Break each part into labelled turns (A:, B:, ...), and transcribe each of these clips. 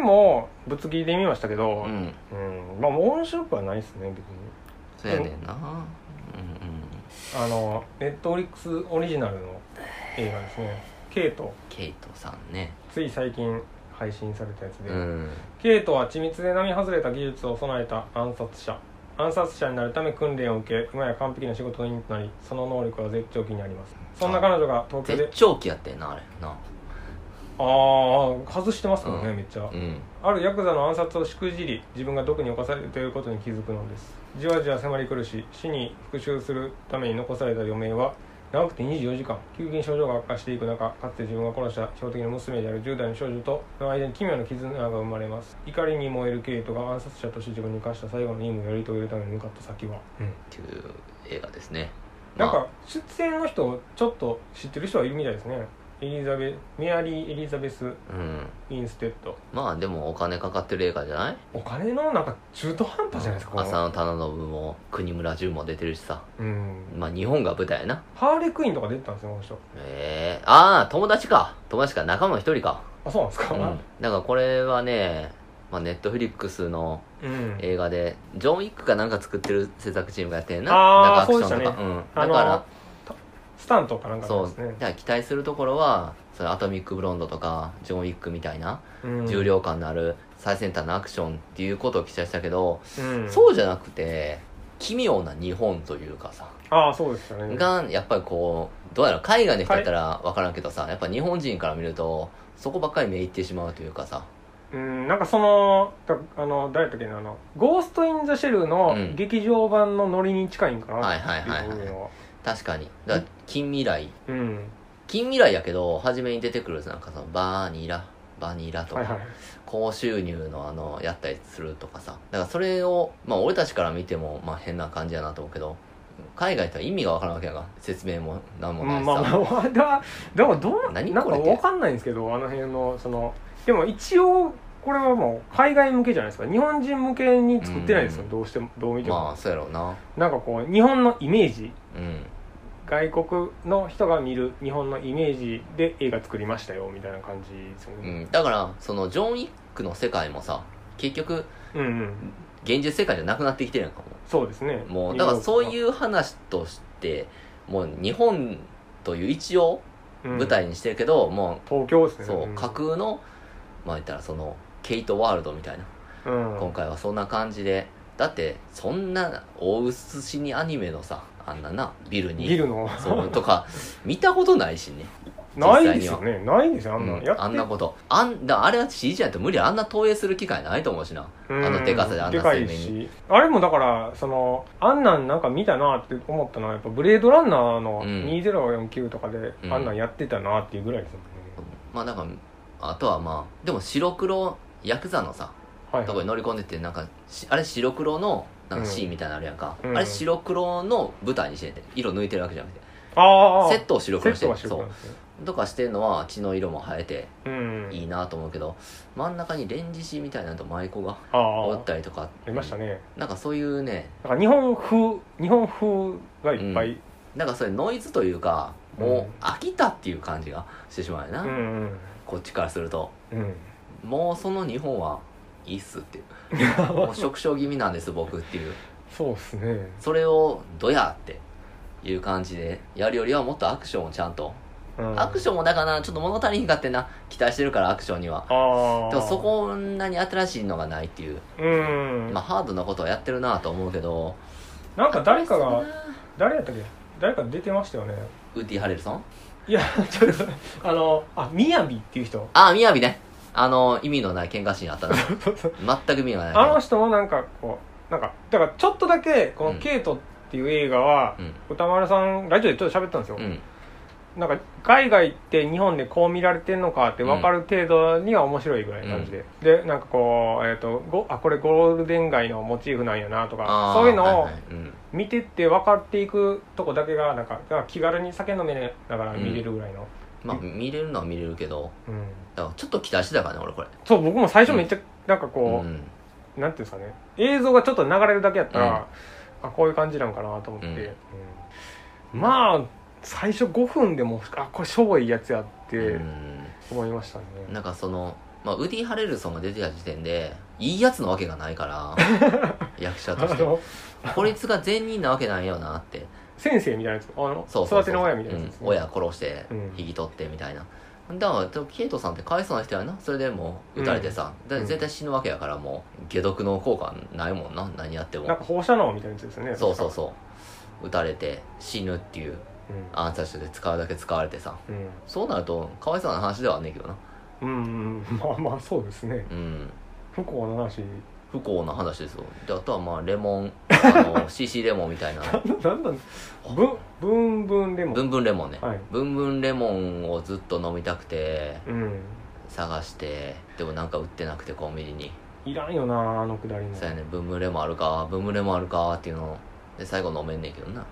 A: もぶつ切りで見ましたけど
B: う、ん
A: うんまあ面白くはないですね別に
B: そうやねんなうんうん
A: あのネットフリックスオリジナルの映画ですね「ケイト
B: ケイトさんね」
A: つい最近配信されたやつで、
B: うん
A: ケイトは緻密で並外れた技術を備えた暗殺者暗殺者になるため訓練を受け今や完璧な仕事人となりその能力は絶頂期にありますそんな彼女が東京
B: 絶
A: で
B: 頂期やったよなあれな
A: ああ外してますもんね、
B: うん
A: めっちゃ、
B: うん
A: あるヤクザの暗殺をしくじり自分が毒に侵されていることに気づくのですじわじわ迫り来るし死に復讐するために残された余命は長くて24時間急激に症状が悪化していく中かつて自分が殺した標的の娘である10代の少女とその間に奇妙な絆が生まれます怒りに燃えるケイトが暗殺者として自分に課した最後の任務をやり遂げるために向かった先は、
B: っていう映画ですね
A: なん
B: ま
A: か出演の人ちょっと知ってる人はいるみたいですねエリザベメアリー・エリザベス・
B: あうん
A: インステッド
B: まあでもお金かかってる映画じゃない
A: お金のなんか中途半端じゃないですかこの
B: 浅野忠信も国村淳も出てるしさ
A: うん
B: まあ日本が舞台やな
A: ハーレクインとか出てたんですよこの人
B: ええああ友達か友達か仲間の一人か
A: あそうなんですか
B: うんだからこれはねまあ、ネットフリックスの
A: うん
B: 映画で、ジョン・イックかなんか作ってる制作チームがやってんな
A: あー
B: なんかアクションとか
A: あ
B: うん、
A: の
B: だから
A: スタントかなんか
B: そう
A: ですね
B: だから期待するところはそのアトミック・ブロンドとかジョン・ウィックみたいな
A: うん
B: 重量感のある最先端のアクションっていうことを期待したけど、
A: うん
B: そうじゃなくて奇妙な日本というかさ
A: ああそうですよね
B: がやっぱりこうどうやら海外の人だったら分からんけどさやっぱ日本人から見るとそこばっかり目いってしまうというかさ
A: うんなんかそのだあの誰だっけなあのゴースト・イン・ザ・シェルの
B: うん
A: 劇場版のノリに近いんかな
B: は
A: っ
B: いはい
A: て
B: はい
A: い
B: は
A: う
B: い
A: のは
B: 確かにだから近未来
A: うん
B: 近未来やけど初めに出てくるなんかそのバーニラバニラとか、
A: はいはい
B: 高収入のあのやったりするとかさだからそれをまあ俺たちから見てもまあ変な感じやなと思うけど海外とは意味が分からんわけやが説明も何も
A: う
B: ない
A: ん
B: し
A: ま
B: さ、
A: あまあわ だでもどうなん
B: 何
A: か
B: これって
A: わかんないんですけどあの辺のそのでも一応これはもう海外向けじゃないですか日本人向けに作ってないですよ
B: うん
A: どうしてもどう見ても、
B: まあそうやろうな
A: なんかこう日本のイメージ
B: うん
A: 外国の人が見る日本のイメージで映画作りましたよみたいな感じですよ
B: う
A: ね
B: ん、だからそのジョン・ウィックの世界もさ結局
A: うん、うんうん
B: 現実世界じゃなくなってきてるやんか
A: そうですね
B: もうもうだからそういうう話としてもう日本という一応舞台にしてるけど、も
A: 東京です
B: う
A: ね
B: そう架空のまあ言ったらそのケイトワールドみたいな、
A: うん、う
B: 今
A: ん、
B: 回はそんな感じでだってそんな大写しにアニメのさあんななビルに
A: ビルの
B: そうと か見たことないしね
A: ないですよねないですよあんな、
B: うん
A: やって
B: あんなことあんだあれは CG やって無理あんな投影する機会ないと思うしな
A: うん
B: あのでかさであん
A: で
B: な
A: かい
B: 鮮明に
A: しあれもだからそのあんなんなんか見たなって思ったのはやっぱブレードランナーの
B: うん
A: 2049とかで
B: うん
A: あんなんやってたなっていうぐらいですもんね、
B: まあだからあとはまあでも白黒ヤクザのさ
A: はい
B: とこに乗り込んでってなんかしあれ白黒のなんかシーンみたいなのあるやんか、
A: うん
B: あれ白黒の舞台にしてて色抜いてるわけじゃなくて
A: ああ
B: セットを白
A: セ
B: 黒に
A: ッ
B: して
A: トが白黒
B: るそ
A: なん
B: う
A: ですね
B: とかしてるのは血の色も生えて
A: うん
B: いいなと思うけど真ん中にレンジシーみたいなのと舞妓が
A: あ
B: お
A: あ
B: ったりとか
A: ありましたね
B: なんかそういうね
A: だから日本風日本風がいっぱい
B: なんかそういうノイズというかも
A: うん
B: う飽きたっていう感じがしてしまうよな、
A: うんうん
B: こっちからすると
A: うん
B: もうその日本はいいっすっていう もう縮小気味なんです僕っていう
A: そうっすね
B: それをドヤっていう感じでやるよりはもっとアクションをちゃんと、
A: うん
B: アクションもだからなちょっと物足りひんかってんな期待してるからアクションには
A: ああ
B: でもそこんなに新しいのがないっていう、
A: うん
B: まあハードなことをやってるなと思うけど
A: なんか誰か
B: そう
A: が
B: だな
A: 誰やったっけ誰か出てましたよね
B: ウッディ・ハレルソン
A: いやちょっと あのあみやびっていう人
B: ああみやびねあの意味のない喧嘩シーン あったな全く意味がない
A: あの人もなんかこうなんかだからちょっとだけこ
B: う
A: の
B: ん
A: 「ケイト」っていう映画は
B: うん
A: 歌丸さんラジオでちょっと喋ったんですよ、
B: うん
A: なんか海外って日本でこう見られてんのかって分かる程度には面白いぐらいな感じで、でなんかこう、えー、とごあこれゴールデン街のモチーフなんやなとか
B: あー
A: そういうのを
B: ははうん
A: 見てって分かっていくとこだけがなんかだから気軽に酒飲めながら見れるぐらいの、
B: まあ見れるのは見れるけど
A: うん
B: だからちょっと期待してたからね俺これ
A: そう僕も最初めっちゃなんかこ
B: う
A: う、
B: ん
A: なんていうんですかね映像がちょっと流れるだけやったら、あこういう感じなんかなと思って、
B: う
A: う
B: ん
A: んまあ最初5分でもあこれしょぼいやつやって
B: うん
A: 思いましたね、
B: なんかそのまあ、ウディ・ハレルソンが出てた時点でいいやつのわけがないから 役者と
A: あ
B: して
A: の
B: こいつが善人なわけないよなって
A: 先生みたいなやつあの
B: そうそうそう
A: 育ての親みたいなやつです
B: う
A: ね、
B: ん、親殺して
A: うん
B: 引き取ってみたいな、だからでもケイトさんってかわいそうな人やなそれでもう撃たれてさ、だから絶対死ぬわけやからもう解毒の効果ないもんな何やっても
A: なんか放射能みたいなやつですよね
B: そうそう
A: う、
B: そう撃たれて死ぬっていう
A: うん
B: 暗殺者で使うだけ使われてさ
A: うん
B: そうなるとかわいそうな話ではあんねんけどな
A: うんうん、まあまあそうですね
B: うん
A: 不幸の話
B: 不幸な話ですよであとはまあレモンあ の CC レモンみたいな
A: なんなんぶんぶんぶんレモ
B: ブ
A: ン
B: ンブンレモンね、
A: はい
B: ブンブンレモンをずっと飲みたくて
A: うん
B: 探してでもなんか売ってなくてコンビニに
A: いらんよなあのくだりの
B: そうやねブンブンレモンあるかブンブンレモンあるかっていうのをで最後飲めんねんけどな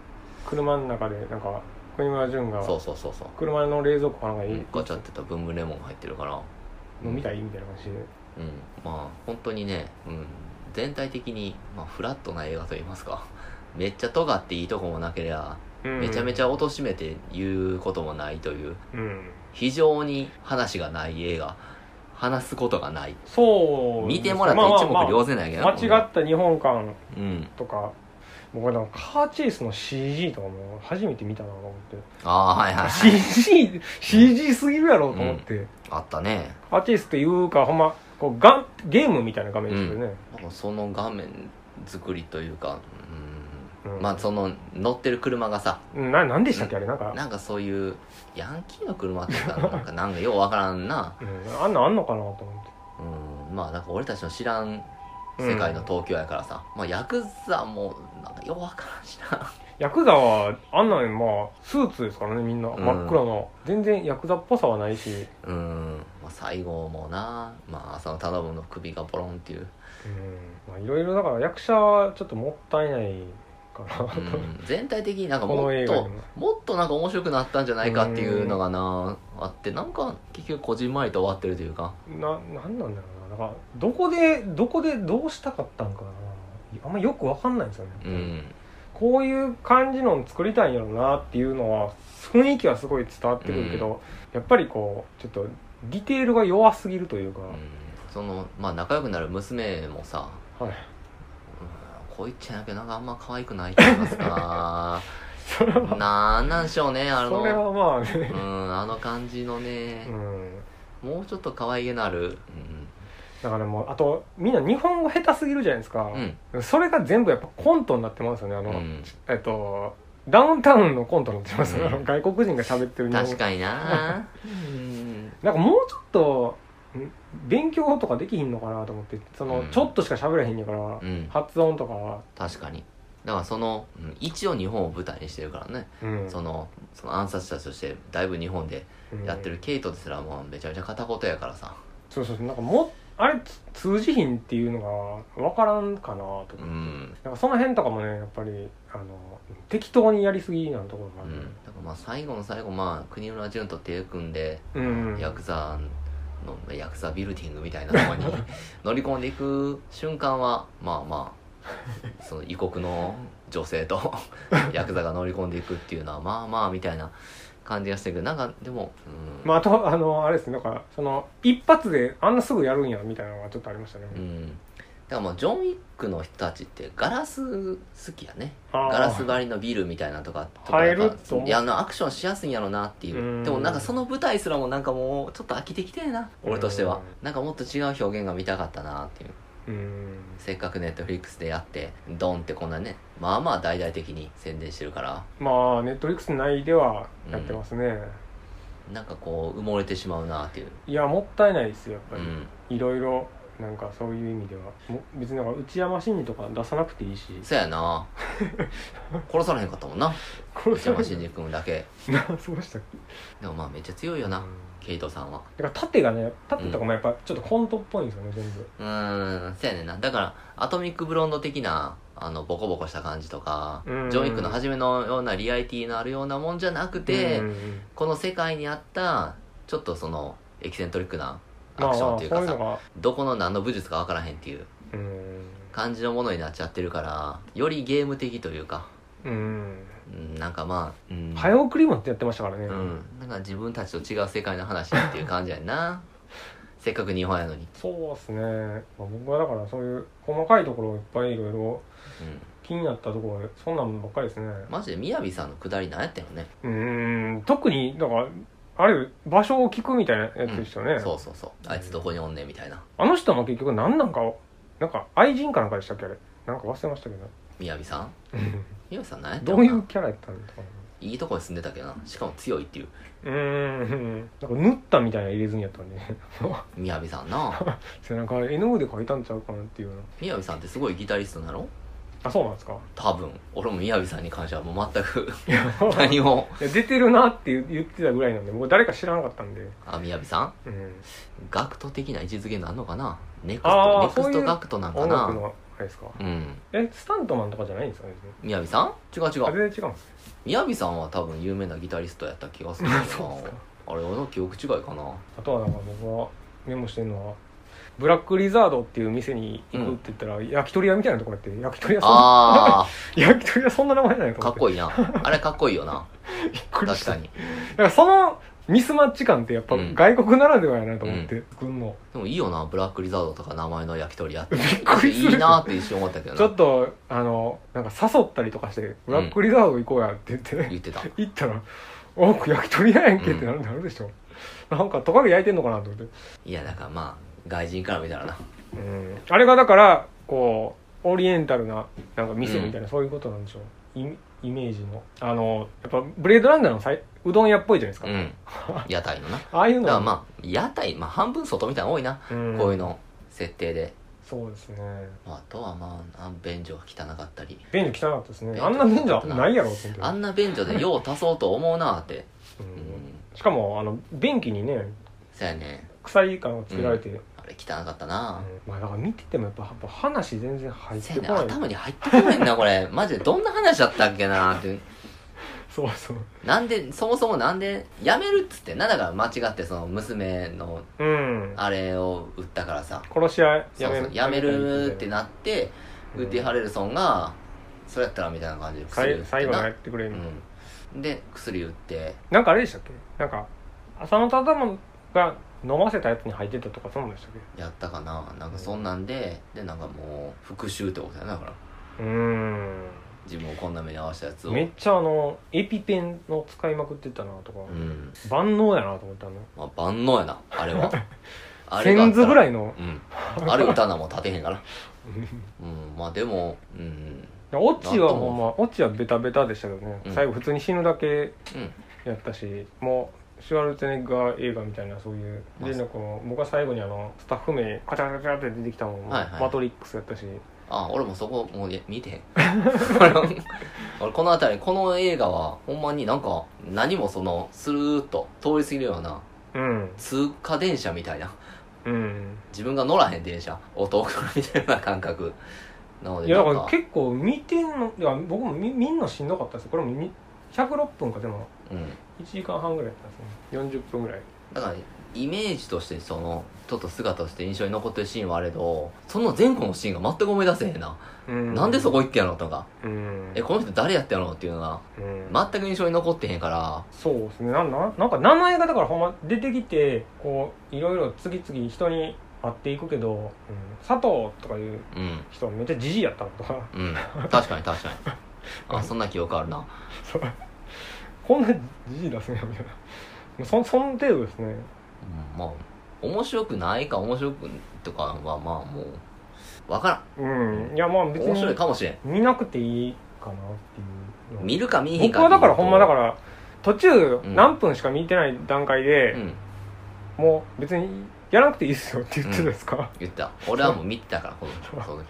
A: 車の中でなんか国村淳が
B: そうそうそうそう
A: 車の冷蔵庫かなんかに
B: ガチャってたらブンブンレモンが入ってるから
A: 飲みたいみたいな感じで
B: うんまあ本当にね、うん、全体的に、まあ、フラットな映画といいますかめっちゃ尖っていいとこもなけりゃ、
A: うん
B: めちゃめちゃ貶としめて言うこともないという
A: うん
B: 非常に話がない映画話すことがない
A: そう
B: 見てもらった
A: まあ
B: ら
A: まあ
B: 一目瞭然なんやけど
A: まあ
B: な
A: 間違った日本感
B: うん
A: とか僕はでもカーチェイスの CG とかも初めて見たなと思って
B: ああは いはい
A: CG, CG すぎるやろと思って、
B: あったね
A: カーチェイスっていうかほんまこうガンゲームみたいな画面ですよね、
B: なんかその画面作りというかうん、
A: うん
B: まあその乗ってる車がさ
A: うんななんでしたっけあれなんか、
B: なんかそういうヤンキーの車っていうかなんかなんかようわからんな
A: うん、あんなんあんのかなと思って
B: うんまあなんか俺たちの知らん世界の東京やからさ、まあヤクザもなんかようわからんしな
A: ヤクザはあんなんまあスーツですからねみんな、
B: うん
A: 真っ黒の全然ヤクザっぽさはないし、
B: うん、まあ、最後もなまあ浅野忠信の首がポロンっていう、
A: うんまあ、いろいろだから役者はちょっともったいないかな
B: う
A: と、
B: ん、全体的になんか
A: こ
B: も
A: の
B: っ
A: 映画に
B: と
A: も
B: もっとなんか面白くなったんじゃないかっていうのがなあってなんか結局こじんまりと終わってるというか
A: ななんなんだろうなだからどこでどこでどうしたかったんかなあんまよくわかんないんですよね、
B: うん
A: こういう感じのを作りたいんやろうなっていうのは雰囲気はすごい伝わってくるけど、やっぱりこうちょっとディテールが弱すぎるというか、
B: うんそのまあ仲良くなる娘もさ、
A: はい
B: うん、こう言っちゃなきゃなんかあんま可愛くないって言います か
A: それは
B: なんなんでしょうねあ
A: それ
B: の
A: はまあ ね
B: うんあの感じのね
A: う、ん
B: もうちょっと可愛げのある
A: だからもうあとみんな日本語下手すぎるじゃないですか
B: うん、う、ん
A: それが全部やっぱコントになってますよねあ
B: う
A: の、
B: ん
A: えっとダウンタウンのコントになってますよね、
B: うん
A: あの外国人が喋ってる日本語
B: 確かになうん
A: なんかもうちょっとん勉強とかできひんのかなと思ってその、
B: うん
A: ちょっとしか喋れへんやから、
B: うん
A: 発音とか、
B: 確かにだからその、うん一応日本を舞台にしてるからね、
A: うん
B: そのその暗殺者としてだいぶ日本で
A: うん
B: やってるケイトですらもうめちゃめちゃ片言やからさ
A: そうそうそうなんかもあれつ通じひんっていうのが分からんかなと思って、
B: うん
A: なんかその辺とかもねやっぱりあの適当にやりすぎなとこ
B: う
A: ろがあ
B: ん、
A: る、
B: だからまあ最後の最後まあ国村淳と手組んで、
A: うん
B: ヤクザのヤクザビルディングみたいなとこに 乗り込んでいく瞬間はまあまあその異国の女性 とヤクザが乗り込んでいくっていうのはまあまあみたいな感じがしてるけどなんかでも、うん
A: まあ、あとあのあれですねだからその一発であんなすぐやるんやみたいなのがちょっとありましたね、
B: うん、だからもうジョン・ウィックの人たちってガラス好きやね
A: あー
B: ガラス張りのビルみたいなとか
A: 映える
B: とかやっぱ
A: と思う
B: いやあのアクションしやすいんやろなっていう
A: うん
B: でもなんかその舞台すらもなんかもうちょっと飽きてきてえな俺としてはなんかもっと違う表現が見たかったなっていう
A: うん
B: せっかくネットフリックスでやってドンってこんなねまあまあ大々的に宣伝してるから
A: まあネットリックス内ではやってますね、
B: なんかこう埋もれてしまうなっていう、
A: いやもったいないですよやっ
B: う
A: ぱり、
B: ん、
A: いろいろなんかそういう意味ではも別になんか内山真理とか出さなくていいし
B: そ やな殺されへんかったもんな
A: こ
B: 内山真司君だけ
A: な そうでしたっけ
B: でもまあめっちゃ強いよな、
A: うん
B: ケイトさんは
A: だから縦がね縦とかもやっぱちょっとコントっぽいんですよね全部
B: うーんそやねんなだからアトミックブロンド的なあのボコボコした感じとか、
A: うん
B: ジョン・ウィックの初めのようなリアリティのあるようなもんじゃなくて、
A: うん
B: この世界にあったちょっとそのエキセントリックな
A: ま
B: ア
A: あ
B: クション
A: まあ
B: っ
A: そう
B: て
A: い
B: いう
A: う
B: かさ、
A: のが
B: どこの何の武術かわからへんっていう
A: うん
B: 感じのものになっちゃってるからよりゲーム的というか、
A: うん
B: うん、なんかまあ、うん
A: 早送りもやってましたからね、。
B: うん、なんか自分たちと違う世界の話っていう感じやんな せっかく日本やのに、
A: そうですね、まあ、僕はだからそういう細かいところをいっぱいいろいろ
B: う
A: 気になったところそんなものばっかりですね
B: ん、マジでみやびさんのくだりなんやったんよね
A: うーん特にだからあれ場所を聞くみたいなやつですよね、
B: そうそうそうあいつどこにおんねんみたいな
A: あの人も結局何なんかをなんか愛人かなんかでしたっけあれなんか忘れましたけど
B: みやびさんみやびさんなんやった
A: ど
B: んか
A: う
B: ない
A: いうキャラやったんですかね
B: いいとこに住んでたけどなしかも強いっていう
A: うーんなんか縫ったみたいな入れずにやったんで
B: みやびさんな
A: 背中絵の具で描いたんちゃうかなっていうような
B: みやびさんってすごいギタリストなの
A: あそうなんですか
B: 多分俺もみやびさんに関してはもう全 く何も
A: いや出てるなって言言ってたぐらいなんで僕誰か知らなかったんで、
B: あみやびさん
A: うん、
B: ガクト的な位置づけなんのかなネクス
A: あ
B: ト
A: ー
B: ネクス
A: そうい
B: ト
A: う
B: ガクトなんか
A: 音楽
B: な
A: のあれですか
B: うん
A: えスタントマンとかじゃないんですかね別に
B: みやびさん違う違
A: あ
B: う
A: 全然違うんです
B: みやびさんは多分有名なギタリストやった気がするんだよな
A: そうですか
B: あれ俺の記憶違いかな
A: あとはなんか僕はメモしてるのはブラックリザードっていう店に行くって言ったら、焼き鳥屋みたいなとこやって焼き鳥屋そんな
B: あ
A: 焼き鳥屋そんな名前ないの
B: あかっ
A: い
B: こいいなあれかっこいいよな
A: いびっくり
B: 確
A: した
B: か
A: だ
B: に
A: からそのミスマッチ感ってやっぱ
B: うん
A: 外国ならではやなと思って、くんの
B: でもいいよなブラックリザードとか名前の焼き鳥屋って
A: びっくりする
B: いいなって一瞬思ったけど
A: ちょっ
B: な
A: とあのなんか誘ったりとかして「ブラックリザード行こうや」って言って、
B: 言ってた
A: 行ったら「おこれ焼き鳥屋やんけ」ってなる,、なるでしょなんかトカゲ焼いてんのかなと思って
B: いやだからまあ外人から見たらな
A: うんあれがだからこうオリエンタルななんか店みたいな、そういうことなんでしょうイイメージのあのやっぱブレードランナーのさいうどん屋っぽいじゃないですか、
B: うん屋台のな
A: ああいう
B: だ
A: の
B: から
A: は
B: まあ屋台まあ半分外みたいなの多いな
A: うん
B: こういうの設定で
A: そうですね
B: まああとはまああ便所が汚かったり
A: 便所汚かったですね
B: 便所
A: あんな便所ないやろって思って
B: あんな便所で用足そうと思うなって
A: う
B: うんん
A: しかもあの便器にね
B: そやね
A: 鎖感をつけられて、
B: あれ汚かったな
A: うんまあだから見ててもやっぱやっぱ話全然入っ
B: せ
A: て
B: やね
A: こない
B: 頭に入ってこないんだこ れマジでどんな話だったっけなって
A: そうそう
B: なんでそもそもなんでやめるっつってなだから間違ってその娘の
A: うん
B: あれを売ったからさ
A: 殺し合い
B: そうそうやめるってなって
A: うん
B: ウッディ・ハレルソンがそうやったらみたいな感じで
A: さ
B: 薬
A: い
B: 売って
A: 最後
B: な
A: やってくれみたいな、
B: うん、で薬売って
A: なんかあれでしたっけなんか浅野忠信が飲ませたやつに入ってたとかそうなんでしたっ
B: やったかななんかそんなんででなんかもう復讐ってことやなだから
A: けうーん
B: 自分をこんな目に合わせたやつを
A: めっちゃあのエピペンの使いまくってたなとか、
B: うん
A: 万能やなと思ったの
B: まあ万能やなあれは あ
A: センズぐら
B: い
A: いの
B: うんあれ歌なもん立てへんからうんまあでもうん
A: オチはほんまオチはベタベタでしたけどね、
B: うん
A: 最後普通に死ぬだけ
B: うん
A: やったしもうシュワルツェネッガー映画みたいなそういう
B: まあ
A: でなんかもう僕は最後にあのスタッフ名カチャカチャカチャって出てきたもん、
B: はいはい
A: マトリックスやったし
B: あ俺もそこもういや見てへん 俺も俺この辺りこの映画はほんまになんか何もそのスルーッと通り過ぎるような
A: うん
B: 通過電車みたいな
A: うん
B: 自分が乗らへん電車を遠くから見てるような感覚なの
A: い
B: で
A: や
B: な
A: だ
B: ん
A: から
B: か
A: 結構見てんのいや僕もみみんなしんどかったですこれもみ106分かでも
B: うん
A: 1時間半ぐらいやったんですね40分ぐらい
B: だから、イメージとしてそのちょっと姿として印象に残ってるシーンはあれどその前後のシーンが全く思い出せへんな、
A: うん
B: なんでそこ行ってやろうとか
A: うん
B: えこの人誰やったやろうっていうのが
A: うん
B: 全く印象に残ってへんから
A: そうですねなんなんなんか名前がだからほんま出てきてこういろいろ次々人に会っていくけど、うん佐藤とかいう
B: うん
A: 人めっちゃじじいやったのとか
B: うん確かに確か にあそんな記憶あるな
A: そうこんなじじい出すんやみたいなもうそその程度ですね
B: うんまあ面白くないか面白くとかはまあもう分か
A: うんいやまあ
B: らん
A: 別
B: 面白い
A: に
B: かもしれん
A: 見なくていいかなっていう
B: 見るか見えへん
A: 僕
B: か
A: はだからほんまだからら途中
B: ん
A: 何分しか見てない段階で、
B: うん
A: もう別にやらなくていいっすよって言ってたんですか、
B: 言った俺はもう見てたから この時その時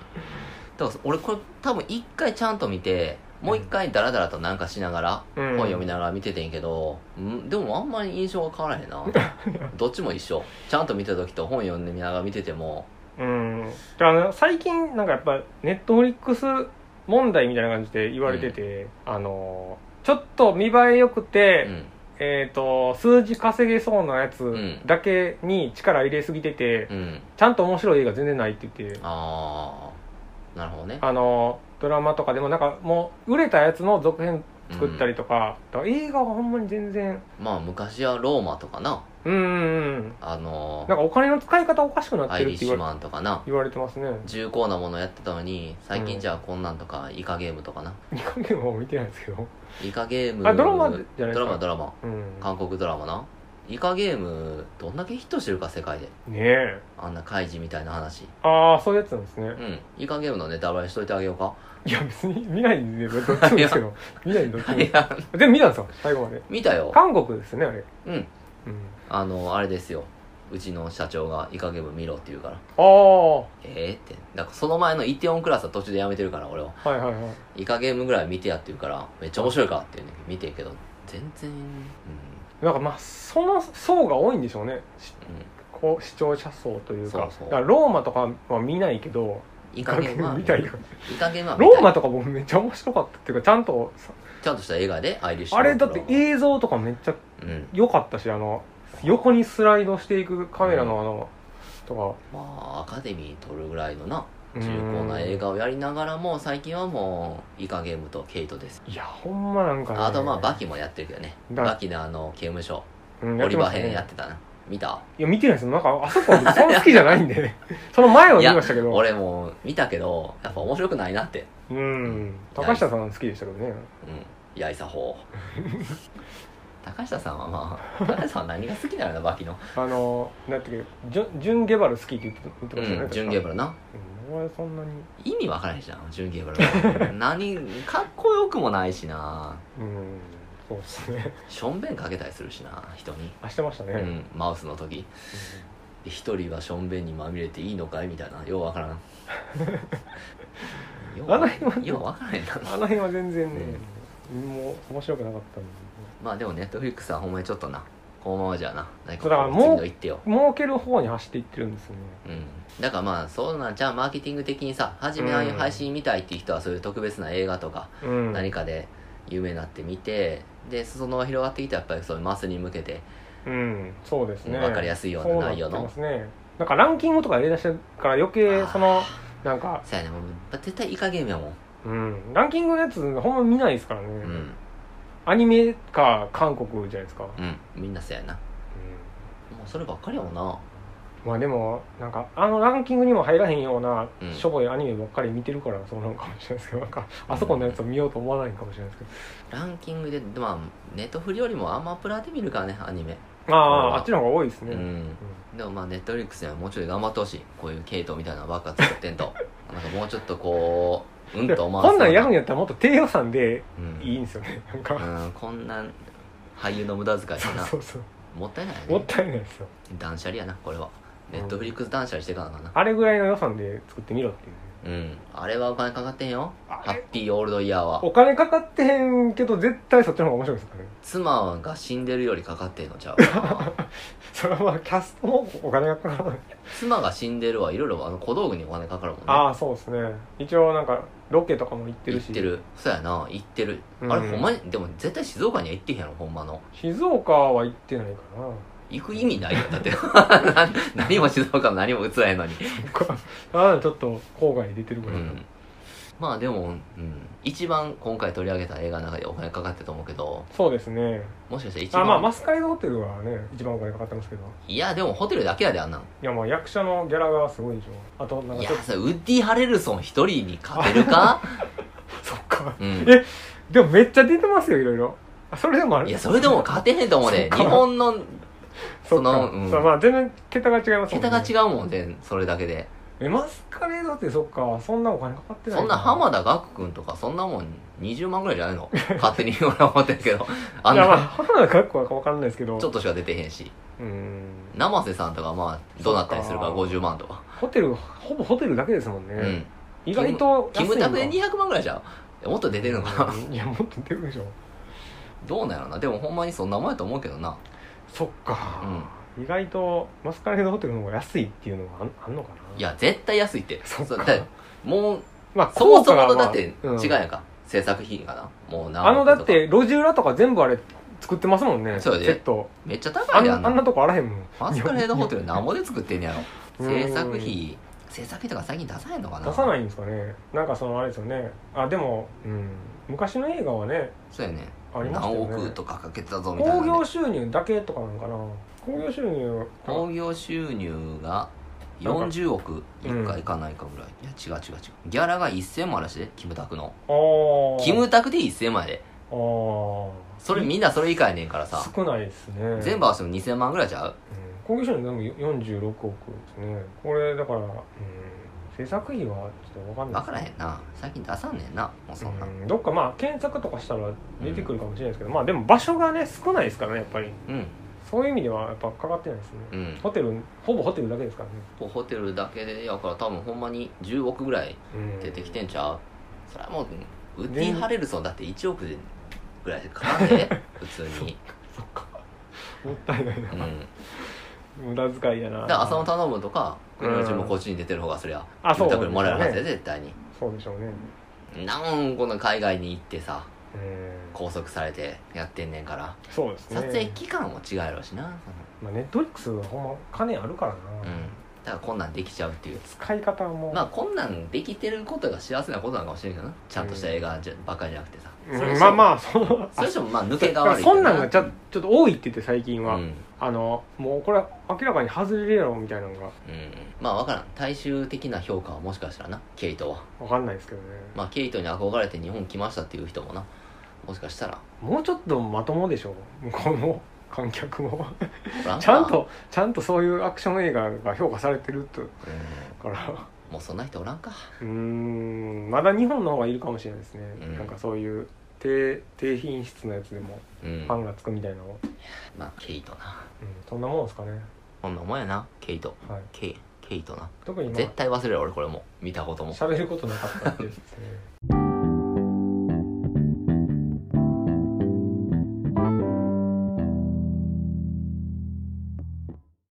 B: だから俺これ多分一回ちゃんと見てもう一回ダラダラとなんかしながら、
A: うん
B: 本読みながら見ててんけど、うん、でもあんまり印象が変わらへ んなどっちも一緒ちゃんと見た時と本読んでみながら見てても
A: うんだからあの最近なんかやっぱネットフリックス問題みたいな感じで言われてて、あのちょっと見栄え良く
B: う
A: て、
B: ん
A: えっ、と数字稼げそうなやつだけに力入れすぎてて、
B: うん
A: ちゃんと面白い映画全然ないって言って
B: ああなるほどね
A: あのドラマとかでもなんかもう売れたやつの続編作ったりとか,、だから映画はほんまに全然
B: まあ昔はローマとかな
A: うんうんうん
B: あの
A: なんかお金の使い方おかしくなっ
B: ア
A: て
B: イ
A: るっ
B: リッ
A: て
B: シ
A: 言
B: ュ
A: われ
B: マンとかな
A: 言われてますね
B: 重厚なものやってたのに最
A: う
B: 近
A: ん
B: じゃあこんなんとかイカゲームとかな
A: 日本ゲームは見てないですけど
B: イカゲーム
A: あドラマじゃないですか
B: ドラマドラマ
A: うん
B: 韓国ドラマなイカゲームどんだけヒットしてるか世界で
A: ねえ
B: あんな怪獣みたいな話
A: ああそういうやつなんですね
B: うんイカゲームのネタバレしといてあげようか
A: いや別に見ないんでどっちもですけど見ないんでどっちも
B: いや
A: 全部見たんですよ最後まで
B: 見たよ
A: 韓国ですねあれ
B: うん
A: うん
B: あのあれですようちの社長がイカゲーム見ろって言うから
A: ああは
B: ええってだからその前のイテオンクラスは途中でやめてるから俺はい
A: はいはい
B: イカゲームぐらい見てやって言うからめっちゃ面白いからって言うねん見てんけど全然う
A: なんかまあその層が多いんでしょうねし
B: ん、うん、
A: こう視聴者層というか
B: そうそう
A: だからローマとかは見ないけど
B: イカゲームは
A: 見たいよ
B: イカゲームは見たい
A: ローマとかもめっちゃ面白かったっていうかちゃんとさ
B: ちゃんとした映画でアイリッシュ
A: あれだって
B: い
A: 映像とかめっちゃ
B: うん
A: 良かったしあの横にスライドしていくカメラのあの、と
B: まあアカデミー取るぐらいのな
A: か
B: 重厚な映
A: 画
B: 画をやりながらも最近はもうイカゲームとケイトです
A: いやほんまなんか、ね、
B: あとまあバキもやってるけどね
A: だ
B: バキであの刑務所
A: うん
B: オリバ
A: ま
B: ー
A: した
B: 編
A: ね
B: やってたな見た
A: いや見てないですなんかあそこそんな好きじゃないんで ねその前はい見
B: や
A: ましたけど
B: 俺もう見たけどやっぱ面白くないなって
A: うん高下さん好きでしたけどね
B: うんやいさ ほう高下さんはまあ高下さんは何が好きなのバキの
A: あのなんていうけジュンジュン・ゲバル好きって言って言って
B: う
A: ましたよね
B: んジュンゲーブ
A: ル
B: ラな
A: 俺そんなに
B: 意味わからへんしなジュンゲーブラ 何かっこよくもないしな
A: うんそうですね
B: しょんべんかけたりするしな人に、
A: あしてましたね、
B: う
A: うん
B: ん、マウスの時で一人はしょんべんにまみれていいのかいみたいなようわ からんよう
A: あの辺は
B: ようわからへんな
A: あの辺は全然ね、もう面白くなかったんで
B: まあでもネットフリックスはほんまにちょっとなこのままじゃな何か
A: だから
B: こう
A: もう
B: 次の一手を
A: 儲ける方に走っていってるんですよね
B: うんだからまあそうなんじゃあマーケティング的にさ初めああいう配信見たいっていう人はそういう特別な映画とか
A: うん
B: 何かで有名になって見てで裾野が広がってきたらやっぱりそういうマスに向けて
A: うんそうですね
B: 分かりやすいような内容の
A: そうなってますねなんかランキングとか入れ出してるから余計その
B: あ
A: なんか
B: そうやねもう絶対イカゲームやもん
A: うんランキングのやつほんま見ないですからね、
B: うん
A: アニメか韓国じゃないですか、うん
B: うんみんなそうやなもうそればっかりやもんな
A: まあでもなんかあのランキングにも入らへんような
B: うん
A: しょぼいアニメばっかり見てるからそうなのかもしれないですけどなんかあそこのやつを見ようと思わないかもしれないですけ
B: ランキングでまあネットフリよりもアマプラで見るからねアニメ
A: どあ
B: うん
A: ああっちの方が多いですね、
B: う
A: うん
B: んでもまあネットフリックスにはもうちょい頑張ってほしいこういう系統みたいなのばっか作って んとなんかもうちょっとこううん
A: で
B: と思わ
A: こんなんやるん
B: ん
A: やったらもっと低予算で
B: うん
A: いいんですよねなんか、
B: うんこんなん俳優の無駄遣いだな
A: そうそうそう
B: もったいないよ
A: もっ
B: ね
A: たいないですよ
B: 断捨離やなこれは
A: う
B: ネ
A: ん
B: ットフリックス断捨離してからかな
A: あれぐらいの予算で作ってみろっていう
B: うんあれはお金かかってんよ
A: あ
B: ハッピーオールドイヤーは
A: お金かかってへんけど絶対そっちの方が面白いですからね
B: 妻が死んでるよりかかってんの ちゃうかな
A: それはまあキャストもお金がかからない
B: 妻が死んでるはいろいろあの小道具にお金かかるもんね
A: ああそうですね一応なんかロケとかも行って
B: 行
A: る
B: っ
A: して
B: るそうやな行ってる、
A: うん
B: あれほんまにでも絶対静岡には行ってへんやろほんまの
A: 静岡は行ってないかな
B: 行く意味ないよだって 何も静岡の何も映らへんのに
A: 僕はああちょっと郊外に出てる
B: う
A: ぐらい、
B: んまあでも、うん、一番今回取り上げた映画の中でお金かかってると思うけど
A: そうですね
B: もしかしたら一番
A: あまあマスカイドホテルはね一番お金かかってますけど
B: いやでもホテルだけやであんなの
A: いやまあ役者のギャラがすごいでしょあとなんか
B: いや
A: ちょっと
B: それウッディ・ハレルソン一人に勝てるか
A: そっか
B: うん
A: えでもめっちゃ出てますよいろいろあそれでもあ
B: い
A: れ
B: やそれでも勝てへんと思うで
A: そっ
B: 日
A: か
B: 本の
A: そっ
B: その
A: か
B: うん
A: そうまあ全然桁が違いますもんね
B: 桁が違うもんねそれだけで
A: えマスカレードってそっかそんなお金かかってない
B: そんな浜田岳君とかそんなもん20万ぐらいじ ゃないの勝手に俺は思ってるけどあ
A: あ
B: ん
A: いやまあ
B: な
A: 浜田学校はわかんないですけど
B: ちょっとしか出てへんし
A: うーん
B: 生瀬さんとかまあどうなったりするから
A: そっか
B: 50万とか
A: ホテルほぼホテルだけですもんね、
B: うん
A: 意外と安
B: キ
A: いのか
B: ムタクで200万ぐらいじゃんえもっと出てるのかな
A: いやもっと出るでしょ
B: どうなんやろなでもほんまにそんなもんやと思うけどな
A: そっか、意外とマスカレードホテルの方が安いっていうのがあんあんのかない
B: や絶対安いって
A: そっ
B: う
A: か
B: だもう
A: まあ
B: そもそ
A: 効
B: も
A: 果が
B: の
A: まあ
B: だって
A: うん
B: 違うやんか制作費かなもうな
A: あのだって路地裏とか全部あれ作ってますもんね
B: そうやで
A: セット
B: めっちゃ
A: あ
B: 高い
A: ん
B: で
A: あ
B: あんなん
A: なとこあらへんもん
B: マスカレードホテルなんぼで作ってんねやろ
A: うん
B: 制作費制作費とか最近出さへんのかな
A: 出さないんですかねなんかそのあれですよねあでも、うん、昔の映画はね
B: そうやね
A: ありました
B: 何
A: よね
B: 億とかかけてたぞみたいな
A: 興
B: ね
A: 行収入だけとかなんかな興行収入が
B: 興行収入が40億
A: うん
B: 1回いかないかぐらい、いや違う違う違うギャラが1000万らしいでキムタクの
A: あー
B: キムタクで1000万やで
A: あー
B: それみんなそれ以下やねんからさ
A: 少ないですね
B: 全部合わせても2000万ぐらいちゃう
A: うん興行収入でも46億ですねこれだから、うん、制作費はちょっと分かんない
B: 分からへんな最近出さんねんなもうそんな
A: うんどっかまあ検索とかしたら出てくるかもしれないですけど、まあでも場所がね少ないですからねやっぱり
B: うん
A: そういう意味ではやっぱかかってないですね、
B: うん
A: ホテルほぼホテルだけですからね、
B: ホテルだけでやから多分ほんまに10億ぐらい
A: うん
B: 出てきてんちゃうそれはもうウッディ・ハレルソンだって1億でぐらいかかんで 普通に
A: そっかもったいないうな、
B: ん
A: 無駄遣いやな
B: だから浅野頼むとか
A: うん
B: 国のちもこっちに出てる方がそりゃ
A: あそう
B: キムタクにもらえるはずやで絶対に
A: そうでしょうね
B: なんこの海外に行ってさ
A: うん
B: 拘束されてやってんねんから
A: そうですね
B: 撮影期間も違うやろうしな
A: まあネットリックスはほんま金あるからな、
B: うんだからこんなんできちゃうっていう
A: 使い方も、
B: まあこんなんできてることが幸せなことなのかもしれんけどなちゃんとした映画じゃばっかりじゃなくてさ
A: うん
B: それ
A: まあまあその
B: それにしてもまあ抜
A: だ
B: けが
A: から
B: 悪い
A: そんなんがち
B: ちゃ
A: ょちょっと多いって言って最近
B: う
A: は、
B: ん
A: あのもうこれ明らかに外れるやろみたいなのが
B: うんまあ分からん大衆的な評価はもしかしたらなケイトは
A: 分かんないですけどね、
B: まあケイトに憧れて日本来ましたっていう人もなもしかしたら
A: もうちょっとまともでしょ向こうの観客も
B: おらか
A: ちゃんとちゃんとそういうアクション映画が評価されてるって
B: うん
A: から
B: もうそんな人おらんか
A: うーんまだ日本の方がいるかもしれないですね、
B: うん
A: なんかそういう低低品質のやつでも
B: うん
A: ファンがつくみたいなの、うん、
B: まあケイトな
A: そんなもんですかね
B: こんなもんやなケイト
A: はい
B: ケイケイトな
A: 特に今
B: 絶対忘れる俺これもう見たことも
A: 喋ることなかったっていうですね